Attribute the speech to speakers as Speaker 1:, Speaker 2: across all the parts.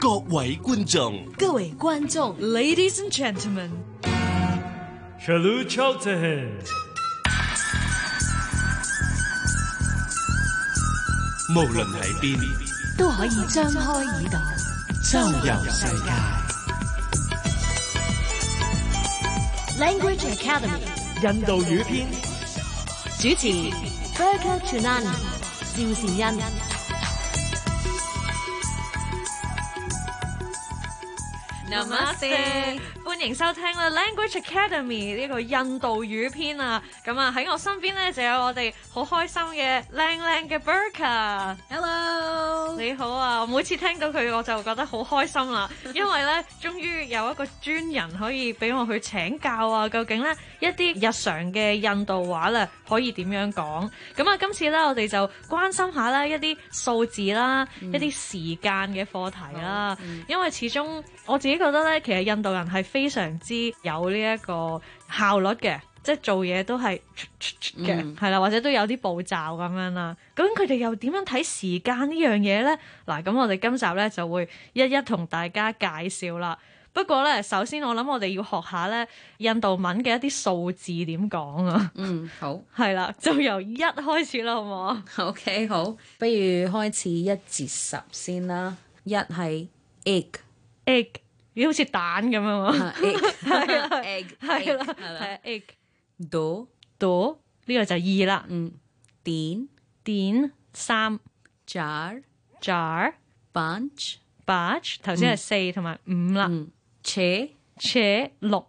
Speaker 1: 各位觀眾，
Speaker 2: 各位觀眾，Ladies and Gentlemen，
Speaker 3: Chalu Cheltenham.
Speaker 1: 無論喺邊，
Speaker 2: 都可以張開耳朵，
Speaker 1: 周遊世界。
Speaker 4: Language Academy
Speaker 3: 印度語篇
Speaker 4: 主持 Berger Trunani 趙善恩，
Speaker 5: Namaste，歡迎收聽啦 Language Academy 呢個印度語篇啊！咁啊喺我身邊咧就有我哋好開心嘅靚靚嘅 Berka。Hello，你好啊！我每次聽到佢我就覺得好開心 啦，因為咧終於有一個專人可以俾我去請教啊！究竟咧一啲日常嘅印度話咧可以點樣講？咁啊，今次咧我哋就關心下啦一啲數字啦，一啲時間嘅課題啦，因為始終我自己覺得咧，其實印度人係非常之有呢一個效率嘅，即係做嘢都係
Speaker 6: 嗯
Speaker 5: 嘅，係啦、或者都有啲步驟咁樣啦。咁佢哋又點樣睇時間呢樣嘢咧？嗱，咁我哋今集咧就會一一同大家介紹啦。不過咧，首先我諗我哋要學下咧印度文嘅一啲數字點講啊，
Speaker 6: 嗯，好
Speaker 5: 係啦，就由一開始啦，好唔好啊？
Speaker 6: ，OK，好，不如開始一至十先啦。一係 egg，egg，
Speaker 5: egg，咦好似蛋咁樣啊，係啊
Speaker 6: egg，
Speaker 5: 係啦，
Speaker 6: 係啦
Speaker 5: 係啊 egg
Speaker 6: ，do，
Speaker 5: 到呢個就二啦，
Speaker 6: 嗯，din，
Speaker 5: 點三
Speaker 6: jar，
Speaker 5: jar
Speaker 6: bunch，
Speaker 5: batch，頭先係四同埋五啦
Speaker 6: 嗯，che，
Speaker 5: 且六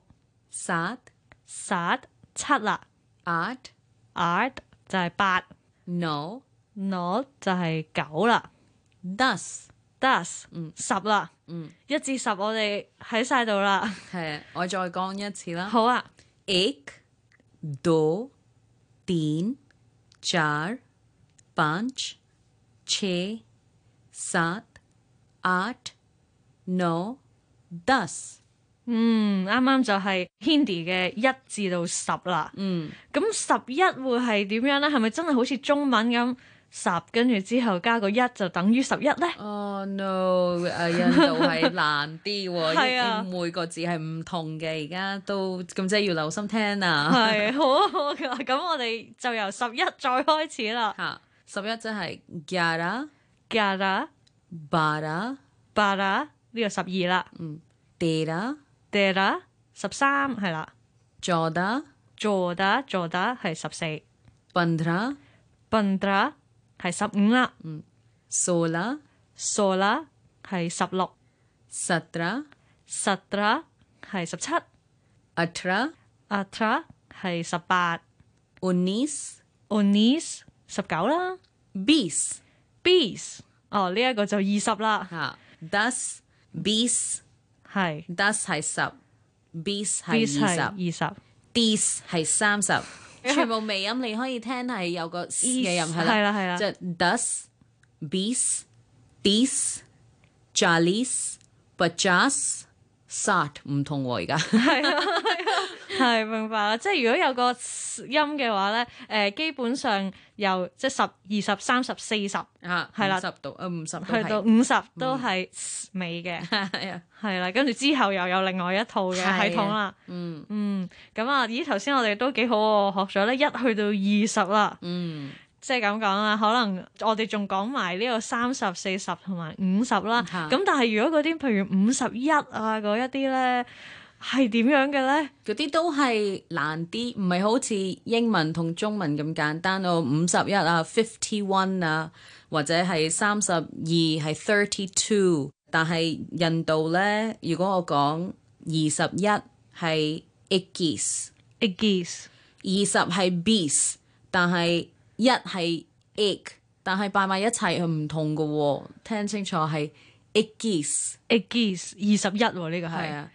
Speaker 6: sat，
Speaker 5: 殺七啦
Speaker 6: art，
Speaker 5: art 就係八
Speaker 6: no，
Speaker 5: ，not 就係九啦
Speaker 6: thus，
Speaker 5: ，das
Speaker 6: 嗯
Speaker 5: 十啦，
Speaker 6: 嗯，
Speaker 5: 一至十我哋喺晒度啦，
Speaker 6: 係啊，我再講一次啦。
Speaker 5: 好啊
Speaker 6: egg，do，din，jar，bunch，che，sat，art，no，thus。
Speaker 5: 嗯，啱啱就係 Hindi 嘅一至到十啦。
Speaker 6: 嗯，
Speaker 5: 咁十一會係點樣呢？係咪真係好似中文咁十跟住之後加個一就等於十一呢？
Speaker 6: 哦、no，誒、印度係難啲喎，
Speaker 5: 係
Speaker 6: 因
Speaker 5: 啊
Speaker 6: 為每個字係唔同嘅，而家都咁即係要留心聽啊。
Speaker 5: 係好啊好啊咁我哋就由十一再開始啦。
Speaker 6: 嚇，十一即係 gara
Speaker 5: Gara
Speaker 6: bara
Speaker 5: bara 呢個十二啦
Speaker 6: dera
Speaker 5: ，dera 十三係啦
Speaker 6: joda
Speaker 5: ，joda joda 係十四
Speaker 6: pandra
Speaker 5: ，bandra 係十五啦
Speaker 6: sola
Speaker 5: ，sola 係十六
Speaker 6: satra
Speaker 5: ，sadra 係十七
Speaker 6: atra
Speaker 5: ，atra 係十八
Speaker 6: unis
Speaker 5: ，unis 十九啦。
Speaker 6: bis
Speaker 5: Bees 哦，呢、一個就二十啦，
Speaker 6: 嚇，das bis
Speaker 5: 係
Speaker 6: das 係十
Speaker 5: Bees
Speaker 6: ，bis 係
Speaker 5: 係
Speaker 6: 二十
Speaker 5: 二十，
Speaker 6: ，dis 係 三十，全部尾音你可以聽係有個 s 嘅音係啦
Speaker 5: 係。啦係啦，
Speaker 6: 即係 das, bis, dis, jalis, pajas, sat 唔同喎 而家。
Speaker 5: 係明白啦。即係如果有個音嘅話咧，誒、基本上由即係十、二十、三十、四十去
Speaker 6: 啊，
Speaker 5: 係啦
Speaker 6: 五十度，啊五十度
Speaker 5: 到
Speaker 6: 係嗯
Speaker 5: 五十都係尾嘅，
Speaker 6: 係啊，
Speaker 5: 係啦。跟住之後又有另外一套嘅系統啦。
Speaker 6: 嗯
Speaker 5: 嗯，咁啊，咦頭先我哋都幾好喎，學咗咧一去到二十啦。
Speaker 6: 嗯，
Speaker 5: 即係咁講啦，可能我哋仲講埋呢個三十、四十同埋五十啦。
Speaker 6: 嗯嚇
Speaker 5: 咁但係如果嗰啲譬如五十一啊嗰一啲咧，係點樣嘅咧？
Speaker 6: 嗰啲都係難啲，唔係好似英文同中文咁簡單咯。五十一啊，fifty one 啊，或者係三十二，係 thirty two。但係印度咧，如果我講二十一係 ikkis。
Speaker 5: i g i s
Speaker 6: 二十係 bis，但係一係 egg，但係擺埋一齊係唔同嘅喎。聽清楚係 eggs，
Speaker 5: i g i s 二十一喎，呢個
Speaker 6: 係
Speaker 5: 係
Speaker 6: 啊。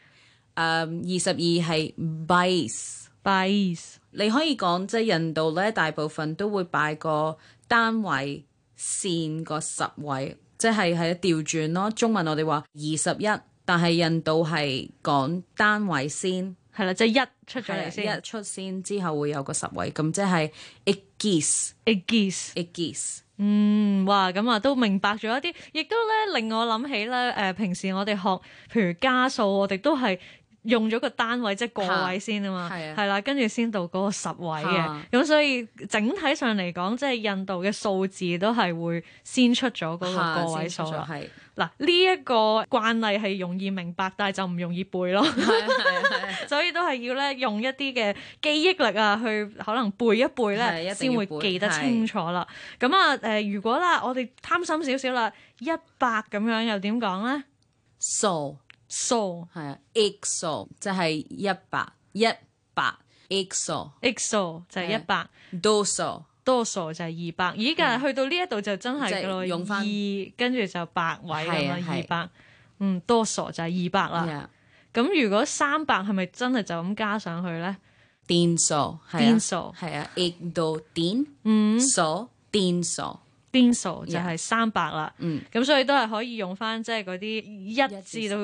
Speaker 6: 誒，二十二係 bis。
Speaker 5: bias
Speaker 6: 你可以講即係印度咧，大部分都會擺個單位線個十位，即係係調轉咯。中文我哋話二十一，但係印度係講單位先。
Speaker 5: 係啦，即係一出咗
Speaker 6: 係啊
Speaker 5: 嚟
Speaker 6: 一
Speaker 5: 先
Speaker 6: 出先之後會有個十位，咁即係 eggs。
Speaker 5: i g i s
Speaker 6: eggs
Speaker 5: 嗯，哇，咁啊都明白咗一啲，亦都咧令我諗起咧，誒、平時我哋學譬如加數，我哋都係。用咗個單位即係個位先啊嘛，
Speaker 6: 係啊
Speaker 5: 係啦，跟住先到嗰個十位嘅
Speaker 6: 嚇，
Speaker 5: 咁所以整體上嚟講，即係印度嘅數字都係會先出咗嗰個個位數啊啦。
Speaker 6: 係
Speaker 5: 嗱，呢一個慣例係容易明白，但係就唔容易背咯。 所以都係要咧用一啲嘅記憶力啊，去可能背一背
Speaker 6: 係一定
Speaker 5: 咧，
Speaker 6: 要
Speaker 5: 先會
Speaker 6: 背
Speaker 5: 記得清楚啦。咁啊誒，如果啦，我哋貪心少少啦，一百咁樣又點講咧？
Speaker 6: 數
Speaker 5: 數
Speaker 6: 係啊，x 數即係一百一百 x 數
Speaker 5: x 數就係一百，
Speaker 6: do 數
Speaker 5: 多數就係二百。咦，但係去到呢一度就真係㗎咯，
Speaker 6: 嗯即係用返
Speaker 5: 二跟住就百位咁
Speaker 6: 係啊
Speaker 5: 啦，二
Speaker 6: 係
Speaker 5: 百。嗯，多數就係二百啦。
Speaker 6: 係
Speaker 5: 咁如果三百係咪真係就咁加上去咧？
Speaker 6: 電數係啊
Speaker 5: 電數
Speaker 6: 係啊，x do 電數電數
Speaker 5: 邊數就
Speaker 6: Yeah.
Speaker 5: 係三百啦。
Speaker 6: 嗯
Speaker 5: 咁所以都係可以用翻即係嗰啲一至到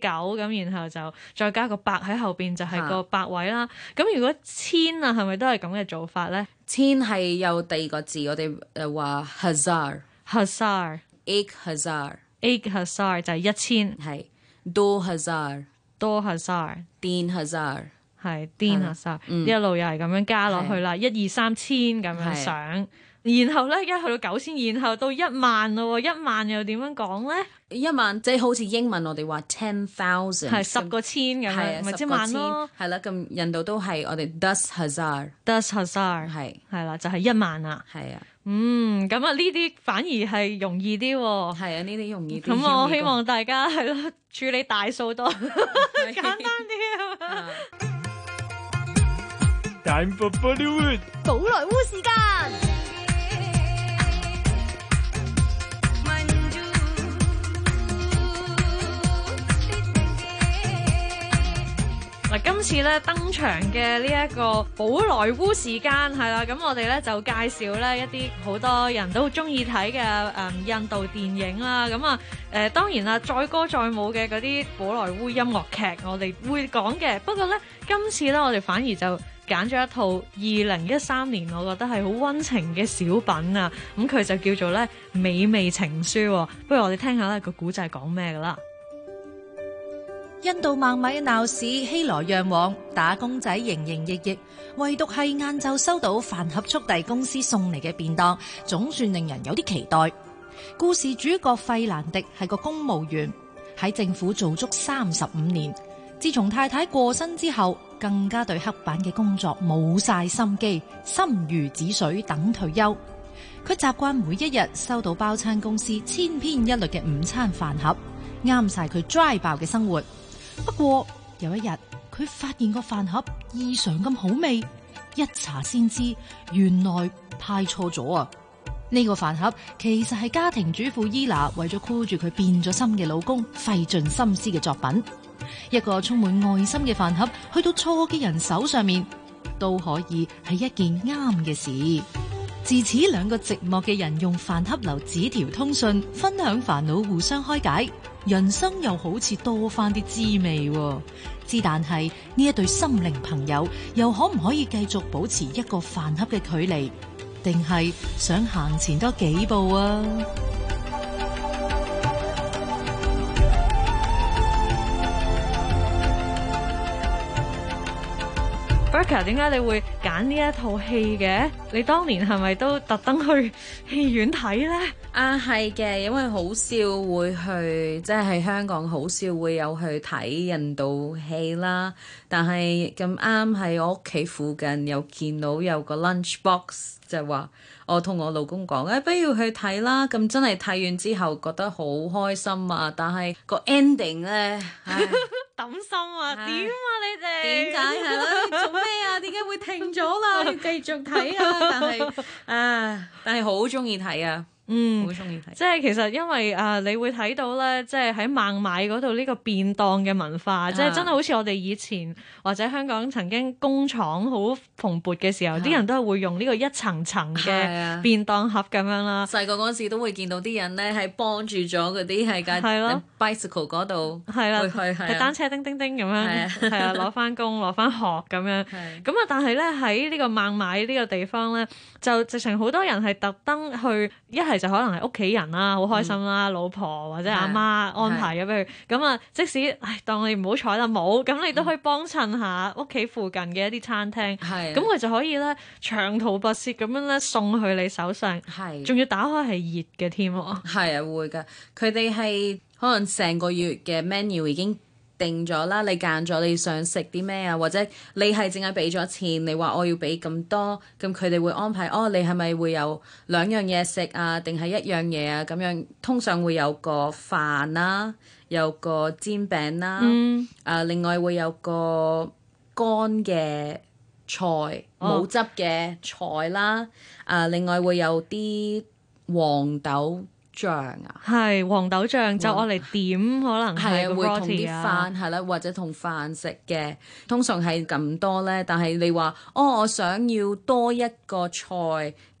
Speaker 5: 九咁，然後就再加個百喺後邊就係個百位啦。咁如果千啊，係咪都係咁嘅做法咧
Speaker 6: 千係有第二個字，我哋誒話 ờ, hazard
Speaker 5: ？Hazar
Speaker 6: x hazard
Speaker 5: eight hazar 就係一千
Speaker 6: 係 do hazard
Speaker 5: 多 hazar。
Speaker 6: 電 hazard
Speaker 5: 係癲啊！晒、
Speaker 6: 嗯
Speaker 5: 一路又係咁樣加落去啦，一二三千咁樣上，然後咧一去到九千，然後到一萬咯喎，一萬又點樣講咧？
Speaker 6: 一萬即係好似英文我哋話 ten thousand
Speaker 5: 係十個千咁
Speaker 6: 係啊
Speaker 5: 樣，咪
Speaker 6: 十
Speaker 5: 即
Speaker 6: 個
Speaker 5: 萬
Speaker 6: 千
Speaker 5: 咯。
Speaker 6: 係啦，咁印度都係我哋 das hazard
Speaker 5: Das Hazar
Speaker 6: 係
Speaker 5: 係啦，就係一萬啦。
Speaker 6: 係啊
Speaker 5: 嗯，咁啊呢啲反而係容易啲喎。
Speaker 6: 係啊，呢啲容易啲。
Speaker 5: 咁我
Speaker 6: 容易
Speaker 5: 希
Speaker 6: 過
Speaker 5: 望大家係咯處理大數 多簡單啲啊嘛。
Speaker 6: À.
Speaker 3: Time for Bollywood，
Speaker 4: 寶萊塢時間。
Speaker 5: 嗱，今次咧登場嘅呢一個寶萊塢時間係啦，咁我哋咧就介紹咧一啲好多人都中意睇嘅誒印度電影啦，咁啊誒當然啦，載歌載舞嘅嗰啲寶萊塢音樂劇我哋會講嘅，不過咧今次咧我哋反而就揀咗一套二零一三年我覺得係好温情嘅小品啊，咁佢就叫做咧《美味情書》喎，不如我哋聽下咧個古仔講咩噶啦。
Speaker 7: 印度孟買嘅鬧市熙來攘往，打工仔營營役役，唯獨係晏晝收到飯盒速遞公司送嚟嘅便當，總算令人有啲期待。故事主角費蘭迪係個公務員，喺政府做足三十五年。自從太太過身之後，更加對黑板嘅工作冇晒心機，心如止水等退休。佢習慣每一日收到包餐公司千篇一律嘅午餐飯盒，啱晒佢 dry 爆嘅生活。不過有一日，佢發現個飯盒異常咁好味，一查先知原來派錯咗啊！呢個飯盒其實係家庭主婦伊娜為咗箍住佢變咗心嘅老公費盡心思嘅作品。一個充滿愛心嘅飯盒，去到錯嘅人手上面，都可以係一件啱嘅事。自此，兩個寂寞嘅人用飯盒留紙條通訊，分享煩惱，互相開解，人生又好似多翻啲滋味喎。之但係呢一對心靈朋友，又可唔可以繼續保持一個飯盒嘅距離，定係想行前多幾步啊？
Speaker 5: Berka，點解你會揀呢一套戲嘅？你當年係咪都特登去戲院睇呢？
Speaker 6: 啊，係嘅，因為好少會去，即係喺香港好少會有去睇印度戲啦。但係咁啱喺我屋企附近又見到有個 lunch box，就話我同我老公講，誒、哎不如去睇啦。咁真係睇完之後覺得好開心啊！但係個 ending 咧，唉
Speaker 5: 抌心啊！
Speaker 6: 唉
Speaker 5: 點啊你哋？
Speaker 6: 點解係啦？做咩啊？點解 會停咗啦？要繼續睇啊！但係啊，但係好中意睇啊！
Speaker 5: 嗯
Speaker 6: 好。中意睇。
Speaker 5: 即係其實因為啊、你會睇到咧，即係喺孟買嗰度呢個便當嘅文化，
Speaker 6: 啊
Speaker 5: 即係真係好似我哋以前或者香港曾經工廠好蓬勃嘅時候，啲人都係會用呢個一層層
Speaker 6: 啊係
Speaker 5: 嘅
Speaker 6: 啊
Speaker 5: 便當盒咁樣啦。
Speaker 6: 細個嗰陣時都會見到啲人咧係幫住咗嗰啲係架
Speaker 5: 係咯
Speaker 6: bicycle 嗰度，
Speaker 5: 係啦，
Speaker 6: 會去係
Speaker 5: 係
Speaker 6: 啊
Speaker 5: 單車叮叮叮咁
Speaker 6: 係
Speaker 5: 樣
Speaker 6: 啊，
Speaker 5: 係啊，攞翻工攞翻學咁樣。
Speaker 6: 係
Speaker 5: 咁啊，但係咧喺呢個孟買呢個地方咧，就直情好多人係特登去，一係就可能係屋企人啦，好開心啦，老婆或者阿媽
Speaker 6: 係
Speaker 5: 安排咗俾佢。咁啊，即使唉當你唔好彩啦冇，咁你都可以幫襯下屋企附近嘅一啲餐廳。
Speaker 6: 係啊
Speaker 5: 咁佢就可以咧長途跋涉咁樣咧送去你手上，
Speaker 6: 係
Speaker 5: 仲要打開係熱嘅添喎。
Speaker 6: 係啊，會噶。佢哋係可能成個月嘅 menu 已經定咗啦，你揀咗你想食啲咩啊，或者你係淨係俾咗錢，你話我要俾咁多，咁佢哋會安排哦，你係咪會有兩樣嘢食啊，定係一樣嘢啊咁樣？通常會有個飯啦，有個煎餅啦，
Speaker 5: 嗯。
Speaker 6: 啊，另外會有個乾嘅菜，
Speaker 5: 哦
Speaker 6: 冇汁嘅菜啦。啊，另外會有啲黃豆醬啊，
Speaker 5: 係黃豆醬就我嚟點，可能
Speaker 6: 係
Speaker 5: 係
Speaker 6: 啊，
Speaker 5: 個
Speaker 6: 會同
Speaker 5: roti
Speaker 6: 啲
Speaker 5: 啊，
Speaker 6: 飯係啦，或者同飯食嘅。通常係咁多咧，但係你話哦，我想要多一個菜，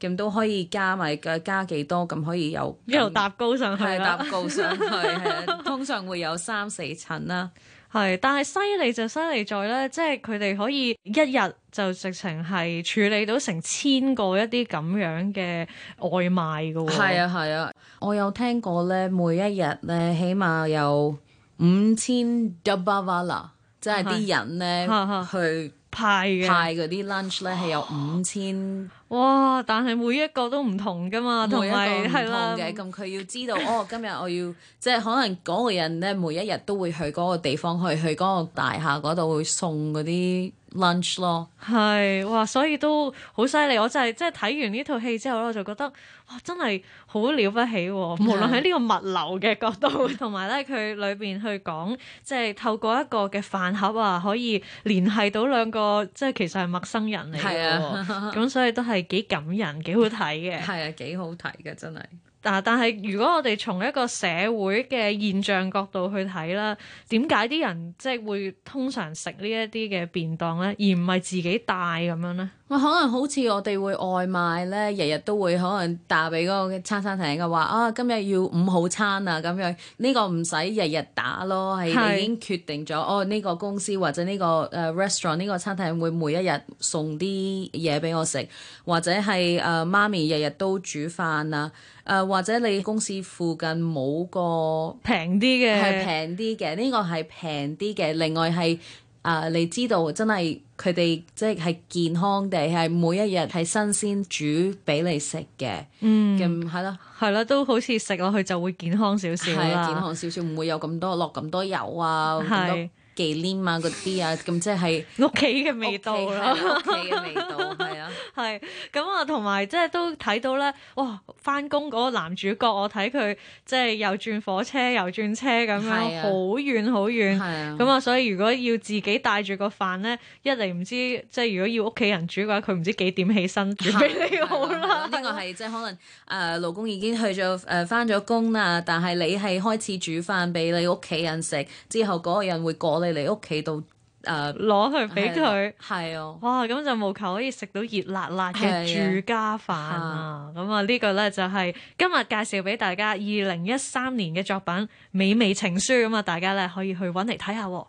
Speaker 6: 咁都可以加埋嘅，加幾多咁可以有
Speaker 5: 一路
Speaker 6: 咁
Speaker 5: 搭高上去
Speaker 6: 係搭
Speaker 5: 啦。
Speaker 6: 高上去，係 啊通常會有三四層啦。
Speaker 5: 係，但係犀利就犀利在咧，即係佢哋可以一日就直情係處理到成千個一啲咁樣嘅外賣㗎喎。
Speaker 6: 係
Speaker 5: 啊，
Speaker 6: 啊係啊，我有聽過咧，每一日咧起碼有五千 dabavala，即係啲
Speaker 5: 啊
Speaker 6: 人咧
Speaker 5: 係係
Speaker 6: 去
Speaker 5: 派嘅，
Speaker 6: 派嗰啲 lunch 咧係有五千
Speaker 5: 哇！但係每一個都唔同㗎嘛，同
Speaker 6: 每一個
Speaker 5: 埋
Speaker 6: 唔
Speaker 5: 係
Speaker 6: 同
Speaker 5: 啦，
Speaker 6: 嘅，咁佢要知道哦，今日我要即係可能嗰個人咧，每一日都會去嗰個地方去去嗰個大廈嗰度會送嗰啲 lunch 咯，
Speaker 5: 係哇，所以都好犀利。我就係即係睇完呢套戲之後咧，我就覺得哇，真係好了不起喎！無論喺呢個物流嘅角度，同埋咧佢裏邊去講，即係透過一個嘅飯盒啊，可以聯繫到兩個即係其實係陌生人嚟
Speaker 6: 係
Speaker 5: 嘅喎。
Speaker 6: 啊，
Speaker 5: 咁所以都係幾感人，幾好睇嘅。
Speaker 6: 係啊，幾好睇嘅真係。
Speaker 5: 嗱，但係如果我哋從一個社會嘅現象角度去睇啦，點解啲人即係會通常食呢一啲嘅便當咧，而唔係自己帶咁樣咧？
Speaker 6: 喂，可能好似我哋會外賣咧，日日都會可能打俾嗰個餐餐廳嘅話啊，今日要五號餐啊咁樣，呢、個唔使日日打咯，係
Speaker 5: 係
Speaker 6: 你已經決定咗哦，呢、個公司或者呢、個誒、呃 restaurant 呢個餐廳會每一日送啲嘢俾我食，或者係誒、呃、媽咪日日都煮飯啊，誒、或者你公司附近冇個
Speaker 5: 平啲嘅
Speaker 6: 係平啲嘅，呢、個係平啲嘅。另外係啊、你知道真係佢哋即係健康地係每一日係新鮮煮俾你食嘅，
Speaker 5: 嗯，
Speaker 6: 咁係咯，
Speaker 5: 係啦，都好似食落去就會健康少少
Speaker 6: 係啊
Speaker 5: 啦。
Speaker 6: 健康少少，唔會有咁多落咁多油啊，咁
Speaker 5: 係
Speaker 6: 多忌廉啊嗰啲啊，咁即係
Speaker 5: 屋企嘅 味道啦，
Speaker 6: 屋企嘅味道係啊，
Speaker 5: 係咁啊，同埋即係都睇到咧，哇！翻工嗰個男主角，我睇佢即係又轉火車又轉車咁樣，
Speaker 6: 係啊
Speaker 5: 好遠好遠
Speaker 6: 係。啊，
Speaker 5: 咁啊，所以如果要自己帶住個飯咧，一嚟唔知即係如果要屋企人煮嘅話，佢唔知幾點起身煮俾你 好啦。
Speaker 6: 呢個係即係可能誒、呃、老公已經去咗誒翻咗工啦，但係你係開始煮飯俾你屋企人食，之後嗰個人會過你嚟屋企度誒
Speaker 5: 攞去俾佢。
Speaker 6: 係啊。
Speaker 5: 哇！咁就無求可以食到熱辣辣嘅住家飯啊！咁啊，呢個呢就係今日介紹俾大家二零一三年嘅作品《美味情書》咁啊，大家呢可以去揾嚟睇下喎。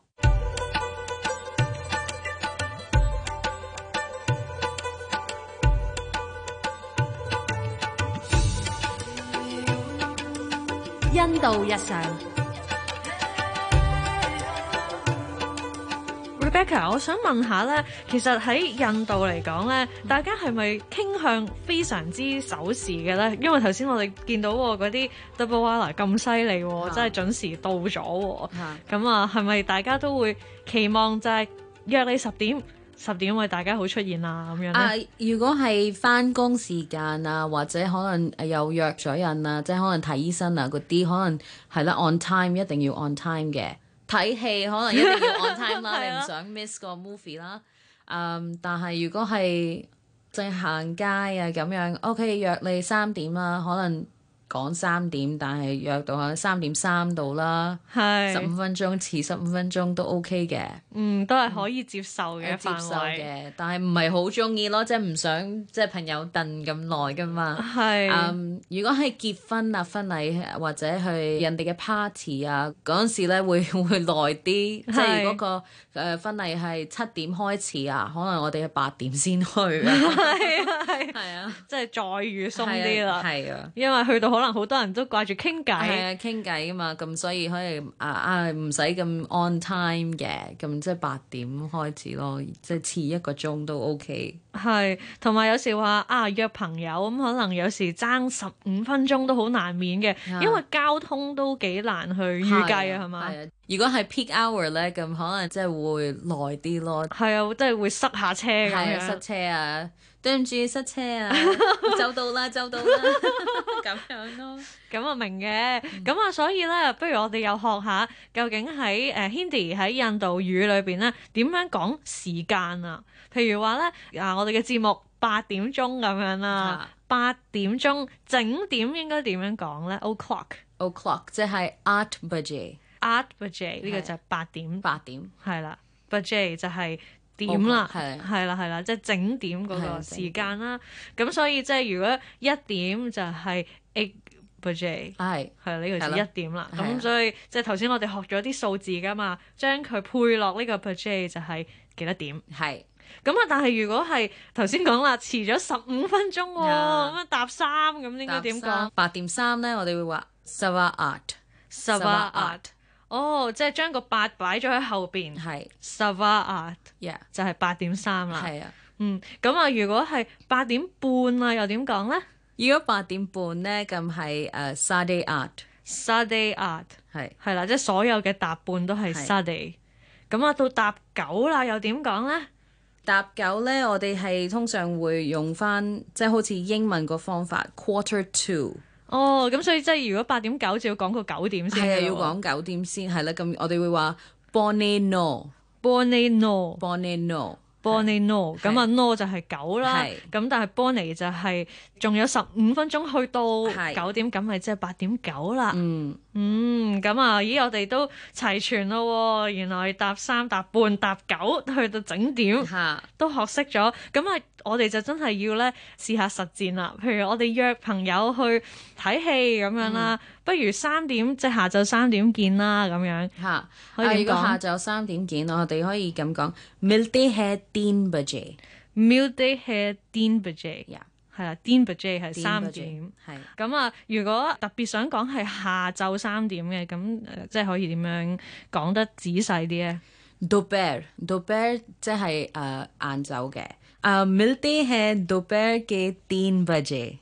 Speaker 4: 印度日常。
Speaker 5: Rebecca，我想問下呢，其實喺印度嚟講呢，大家係咪傾向非常之守時嘅呢？因為頭先我哋見到喎嗰啲 Double Walla 咁犀利喎，
Speaker 6: 啊
Speaker 5: 真係準時到咗喎。
Speaker 6: 嚇
Speaker 5: 咁啊，係咪大家都會期望就係約你十點，十點為大家好出現啦咁樣
Speaker 6: 啊
Speaker 5: 咧？！
Speaker 6: 如果係翻工時間啊，或者可能誒又約咗人啊，即係可能睇醫生啊嗰啲，可能係啦，on time 一定要 on time 嘅。睇戲可能一定要 on time 啦，
Speaker 5: 係
Speaker 6: 你
Speaker 5: 啊
Speaker 6: 唔想 miss 個 movie 啦。嗯，但係如果係淨係行街啊咁樣，OK 約你三點啦，可能講三點，但係約到喺三點三度啦，
Speaker 5: 係
Speaker 6: 十五分鐘遲十五分鐘都 OK 嘅，
Speaker 5: 嗯，都係可以接受嘅
Speaker 6: 接
Speaker 5: 範
Speaker 6: 受
Speaker 5: 圍，
Speaker 6: 嘅，但係唔係好中意咯，即係唔想即係朋友燉咁耐噶嘛。
Speaker 5: 係
Speaker 6: 嗯，如果係結婚啊、婚禮或者去人哋嘅 party 啊，嗰陣時咧會 會耐啲，即係如果個誒、呃婚禮係七點開始啊，可能我哋係八點先去 啊，
Speaker 5: 係啊係啊，
Speaker 6: 係啊，
Speaker 5: 即係再預鬆啲啦，
Speaker 6: 係啊。
Speaker 5: 因為去到可能好多人都掛住傾
Speaker 6: 係
Speaker 5: 偈，
Speaker 6: 啊，傾偈啊嘛，咁所以可以啊啊唔使咁 on time 嘅，咁即係八點開始咯，即係遲一個鐘都 OK。
Speaker 5: 係同埋有時話啊約朋友咁，可能有時爭十五分鐘都好難免嘅，
Speaker 6: 啊
Speaker 5: 因為交通都幾難去預計啊，係嘛？
Speaker 6: 係啊，如果係 peak hour 咧，咁可能即係會耐啲咯。
Speaker 5: 係啊，即係會塞下車咁
Speaker 6: 係啊，
Speaker 5: 樣
Speaker 6: 塞。車啊，對唔住塞車 啊，走到啦，走到啦，咁樣咯。
Speaker 5: 咁啊明嘅，
Speaker 6: 嗯
Speaker 5: 咁啊所以咧，不如我哋又學下究竟喺誒 Hindi 喺印度語裏邊咧點樣講時間啊？譬如話咧，啊我哋嘅節目八點鐘咁樣啦
Speaker 6: 啊，
Speaker 5: 八點鐘整點應該點樣講咧？O'clock？Oh,
Speaker 6: O'clock 即係 eight budget
Speaker 5: at bajay 呢個就係八點，
Speaker 6: 八點，
Speaker 5: 係啦，bajay 就係。點啦，
Speaker 6: Oh, O'clock，係
Speaker 5: 係啦，係啦，即係整點嗰
Speaker 6: 係
Speaker 5: 個
Speaker 6: 啊整點
Speaker 5: 時間啦。咁所以即係如果一點就係 eight bajay。
Speaker 6: 係
Speaker 5: 係啊呢個
Speaker 6: 係
Speaker 5: 就
Speaker 6: 咯
Speaker 5: 一點啦，
Speaker 6: 係啊
Speaker 5: 咁所以即係頭先我哋學咗啲數字噶嘛，將佢配落呢個 per j 就係幾多點。
Speaker 6: 係
Speaker 5: 咁啊，但係如果係頭先講啦，遲咗十五分鐘喎，咁
Speaker 6: 啊
Speaker 5: 啊搭三咁應該點講？
Speaker 6: 八點三咧，我哋會話 seven eight。
Speaker 5: 十啊
Speaker 6: eight
Speaker 5: 哦，即係將個八擺咗喺後邊，
Speaker 6: 係
Speaker 5: 十啊
Speaker 6: yeah
Speaker 5: 就係八點三啦。
Speaker 6: 係啊。
Speaker 5: 嗯，咁啊，如果係八點半啊，又點講咧
Speaker 6: 如果八點半咧，咁係誒 Saturday eight
Speaker 5: s a d a y a t
Speaker 6: 係
Speaker 5: 係啦，即係所有嘅搭半都係
Speaker 6: 係
Speaker 5: s a d a y 咁啊，到搭九啦，又點講咧？
Speaker 6: 搭九咧，我哋係通常會用翻即係好似英文個方法 quarter two。
Speaker 5: 哦，咁所以即係如果八點九就要講個九點先
Speaker 6: 係啊，
Speaker 5: 㗎
Speaker 6: 要
Speaker 5: 咯
Speaker 6: 講九點先係啦。咁我哋會話 Bonnie no，Bonnie
Speaker 5: 喎。Bonnie no，Bonnie
Speaker 6: no，
Speaker 5: no，咁啊 no 就係九啦，
Speaker 6: 係
Speaker 5: 咁但係 Bonnie 就係仲有十五分鐘去
Speaker 6: 係
Speaker 5: 到九點，咁咪即係八點九啦。
Speaker 6: 嗯，
Speaker 5: 嗯，咁啊，咦，我哋都齊全咯喎，原來搭三、搭半、搭九去到整點。
Speaker 6: 嚇，
Speaker 5: 都學識咗，咁啊，我哋就真係要咧試下實戰啦。譬如我哋約朋友去睇戲咁樣啦，
Speaker 6: 嗯
Speaker 5: 不如三點即係下晝三點見啦咁樣。
Speaker 6: 嚇。啊如
Speaker 5: 可以點
Speaker 6: 果
Speaker 5: 講
Speaker 6: 下晝三點見，我哋可以咁講 Milte hai teen baje，
Speaker 5: m i l d a y hair din bajay，
Speaker 6: Yeah
Speaker 5: 係啦，din bajay 係三點。
Speaker 6: 係
Speaker 5: 咁啊，如果特別想講係下晝三點嘅，咁誒即係可以點樣講得仔細啲咧？
Speaker 6: dober，dober 即係誒晏晝嘅。啊，Milte hai dober 嘅 teen baje，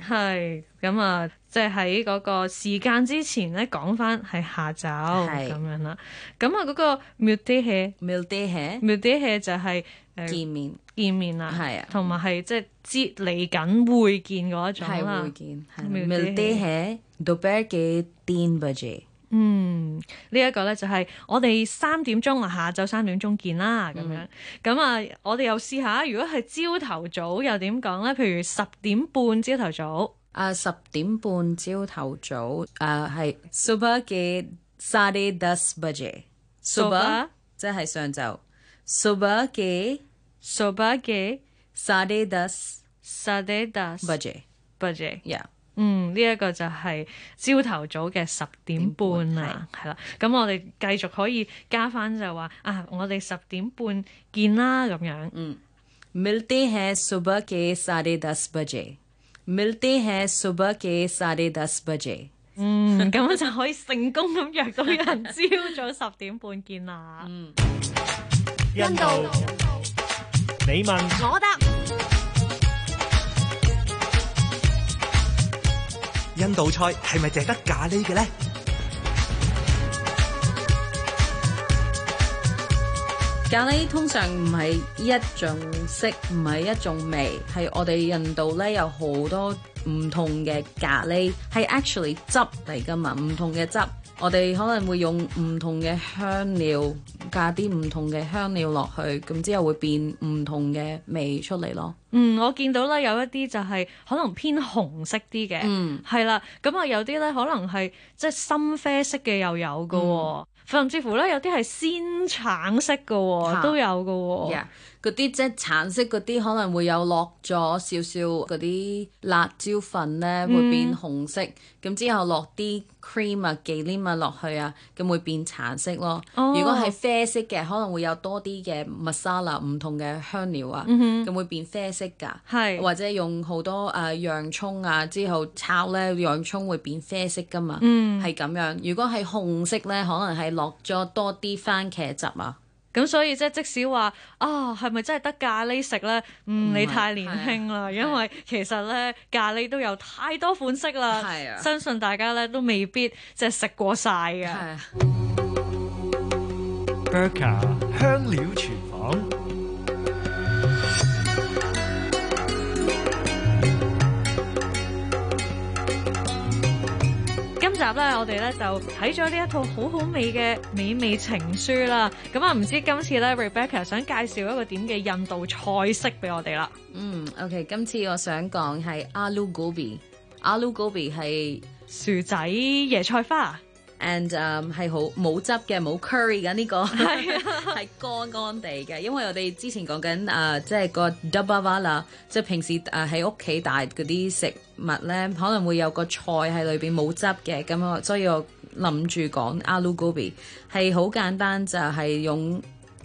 Speaker 5: 係咁啊，即係喺嗰個時間之前咧講翻係下晝
Speaker 6: 係
Speaker 5: 咁樣啦。咁啊，嗰個 m i l d a y hair。
Speaker 6: Milte hai
Speaker 5: 妙啲 hea 就係、誒、
Speaker 6: 見面
Speaker 5: 見面啦，
Speaker 6: 係啊
Speaker 5: 同埋係即係知嚟緊會見嗰一種
Speaker 6: 係
Speaker 5: 啦
Speaker 6: 會。見係啦
Speaker 5: Milte
Speaker 6: Milte hai dober 嘅 teen baje，
Speaker 5: 嗯，呢、一個咧就係我哋三點鐘啊，下晝三點鐘見啦，咁
Speaker 6: 嗯
Speaker 5: 樣。咁啊，我哋又試下，如果係朝頭早又點講咧？譬如十點半朝頭早，
Speaker 6: 啊十點半朝頭早啊係 super 嘅 sade das baje
Speaker 5: Subah
Speaker 6: 即係上晝 super 嘅
Speaker 5: soba 嘅
Speaker 6: sade das
Speaker 5: sadedas
Speaker 6: baje
Speaker 5: budget。
Speaker 6: yeah
Speaker 5: 嗯，呢、一個就係朝頭早嘅十點
Speaker 6: 啊
Speaker 5: 半啦，係啦。咁我哋繼續可以加翻就話啊，我哋十點半見啦咁樣。
Speaker 6: 嗯 मिलते हैं सुबह के साढ़े दस बजे मिलते हैं सुबह के साढ़े दस बजे
Speaker 5: 嗯，咁樣就可以成功咁約到人朝早十點半見啦。
Speaker 6: 嗯
Speaker 3: 印度，你問
Speaker 4: 我答
Speaker 8: 印度菜係咪淨係得咖喱嘅呢？
Speaker 6: 咖喱通常唔係一種色，唔係一種味，係我哋印度咧有好多唔同嘅咖喱，係 actually 汁嚟噶嘛，唔同嘅汁。我哋可能會用唔同嘅香料，加啲唔同嘅香料落去，咁之後會變唔同嘅味出嚟咯。
Speaker 5: 嗯，我見到咧有一啲就係可能偏紅色啲嘅，
Speaker 6: 嗯
Speaker 5: 係啦、咁啊有啲咧可能係即係深啡色嘅又有嘅喎、
Speaker 6: 嗯
Speaker 5: 甚至乎咧有啲係鮮橙色嘅喎、
Speaker 6: 嚇
Speaker 5: 都有嘅喎、
Speaker 6: Yeah，嗰啲即係橙色嗰啲可能會有落咗少少嗰啲辣椒粉咧，
Speaker 5: 嗯
Speaker 6: 會變紅色。咁、之後落啲 cream 啊、忌廉啊落去啊，咁會變橙色咯。
Speaker 5: 哦
Speaker 6: 如果係啡色嘅，可能會有多啲嘅 masala 唔同嘅香料啊，咁、會變啡色㗎。
Speaker 5: 嗯係
Speaker 6: 或者用好多誒、呃洋葱啊，之後炒咧洋葱會變啡色㗎嘛，
Speaker 5: 嗯
Speaker 6: 係咁、樣。如果係紅色咧，可能係落咗多啲番茄汁啊。
Speaker 5: 咁所以即係即使話啊，係咪真係得咖喱食呢？嗯，
Speaker 6: 唔係啊
Speaker 5: 你太年輕啦，因為其實呢，咖喱都有太多款式啦，
Speaker 6: 係啊
Speaker 5: 相信大家呢都未必即係食過晒嘅。
Speaker 6: 係。
Speaker 3: Burka 香料廚房。
Speaker 5: 今集呢，我哋呢就睇咗呢一套好好味嘅美味情書啦。咁啊，唔知今次呢 Rebecca 想介紹一個點嘅印度菜式俾我哋啦。
Speaker 6: 嗯，OK，今次我想講係 alu gobi。alu gobi 係
Speaker 5: 薯仔椰菜花，
Speaker 6: and 誒係好冇汁嘅，冇 curry 嘅呢個， 係乾乾地嘅。因為我哋之前講緊誒，即係個 dabavala，即係平時誒喺屋企帶嗰啲食物咧，可能會有個菜喺裏邊冇汁嘅，咁我所以我諗住講 alu gobi 係好簡單，就係用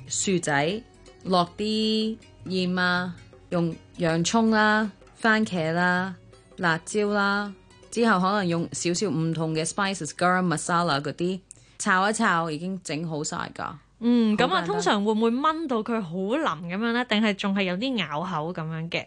Speaker 6: 薯仔落啲鹽啊，用洋葱啦、番茄啦、辣椒啦，之後可能用少少唔同嘅 spices、garam masala 嗰啲炒一炒，已經整好晒㗎。
Speaker 5: 嗯，咁
Speaker 6: 好簡
Speaker 5: 啊，
Speaker 6: 單
Speaker 5: 通常會唔會炆到佢好腍咁樣呢？定係仲係有啲咬口咁樣嘅？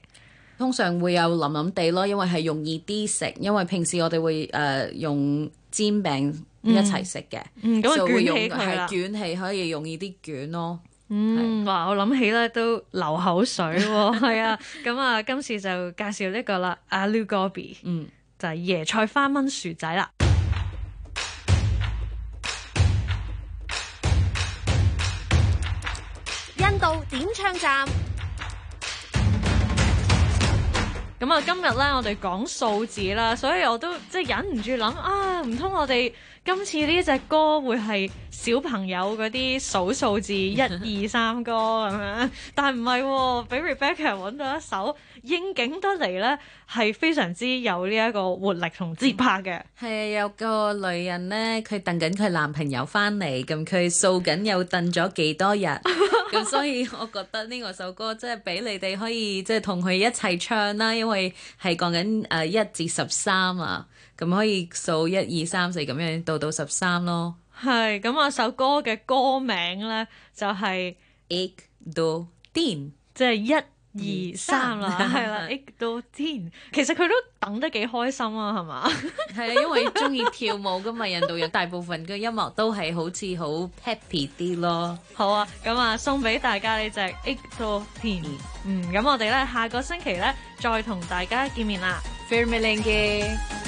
Speaker 6: 通常會有淋淋地咯，因為係容易啲食，因為平時我哋會誒、呃用煎餅一齊食嘅，
Speaker 5: 嗯，咁啊
Speaker 6: 就會
Speaker 5: 捲
Speaker 6: 用
Speaker 5: 起佢啦
Speaker 6: 係。捲起，可以容易啲捲咯。
Speaker 5: 嗯，哇！我諗起咧都流口水喎，係啊。咁啊，今次就介紹呢個啦，阿 Lu Gobi，
Speaker 6: 嗯，
Speaker 5: 就係椰菜花炆薯仔啦。
Speaker 4: 印度點唱站，
Speaker 5: 咁啊，今日咧我哋講數字啦，所以我都即係忍唔住諗啊，唔通我哋今次呢隻歌會係小朋友嗰啲數數字一二三歌咁樣？但唔係喎，俾 Rebecca 揾到一首應景得嚟咧，係非常之有呢一個活力同節拍嘅。
Speaker 6: 係啊有個女人呢，佢等緊佢男朋友翻嚟，咁佢掃緊又等咗幾多 日，咁所以我覺得呢個首歌即係俾你哋可以即係同佢一齊唱啦，因為係講緊誒一至十三啊，咁可以數一二三四咁樣到到十三咯。
Speaker 5: 係咁啊！首歌嘅歌名咧就係
Speaker 6: Egg do din，
Speaker 5: 即係一二三啦，
Speaker 6: 二三
Speaker 5: 係啦，eight 到 ten。其實佢都等得幾開心啊，係嘛？
Speaker 6: 係啊，因為中意跳舞噶嘛，印度人大部分嘅音樂都係好似好 happy 啲咯。
Speaker 5: 好啊，咁啊送俾大家呢只 eight 到 ten。嗯，咁我哋咧下個星期咧再同大家見面啦。
Speaker 6: Firmeling 嘅。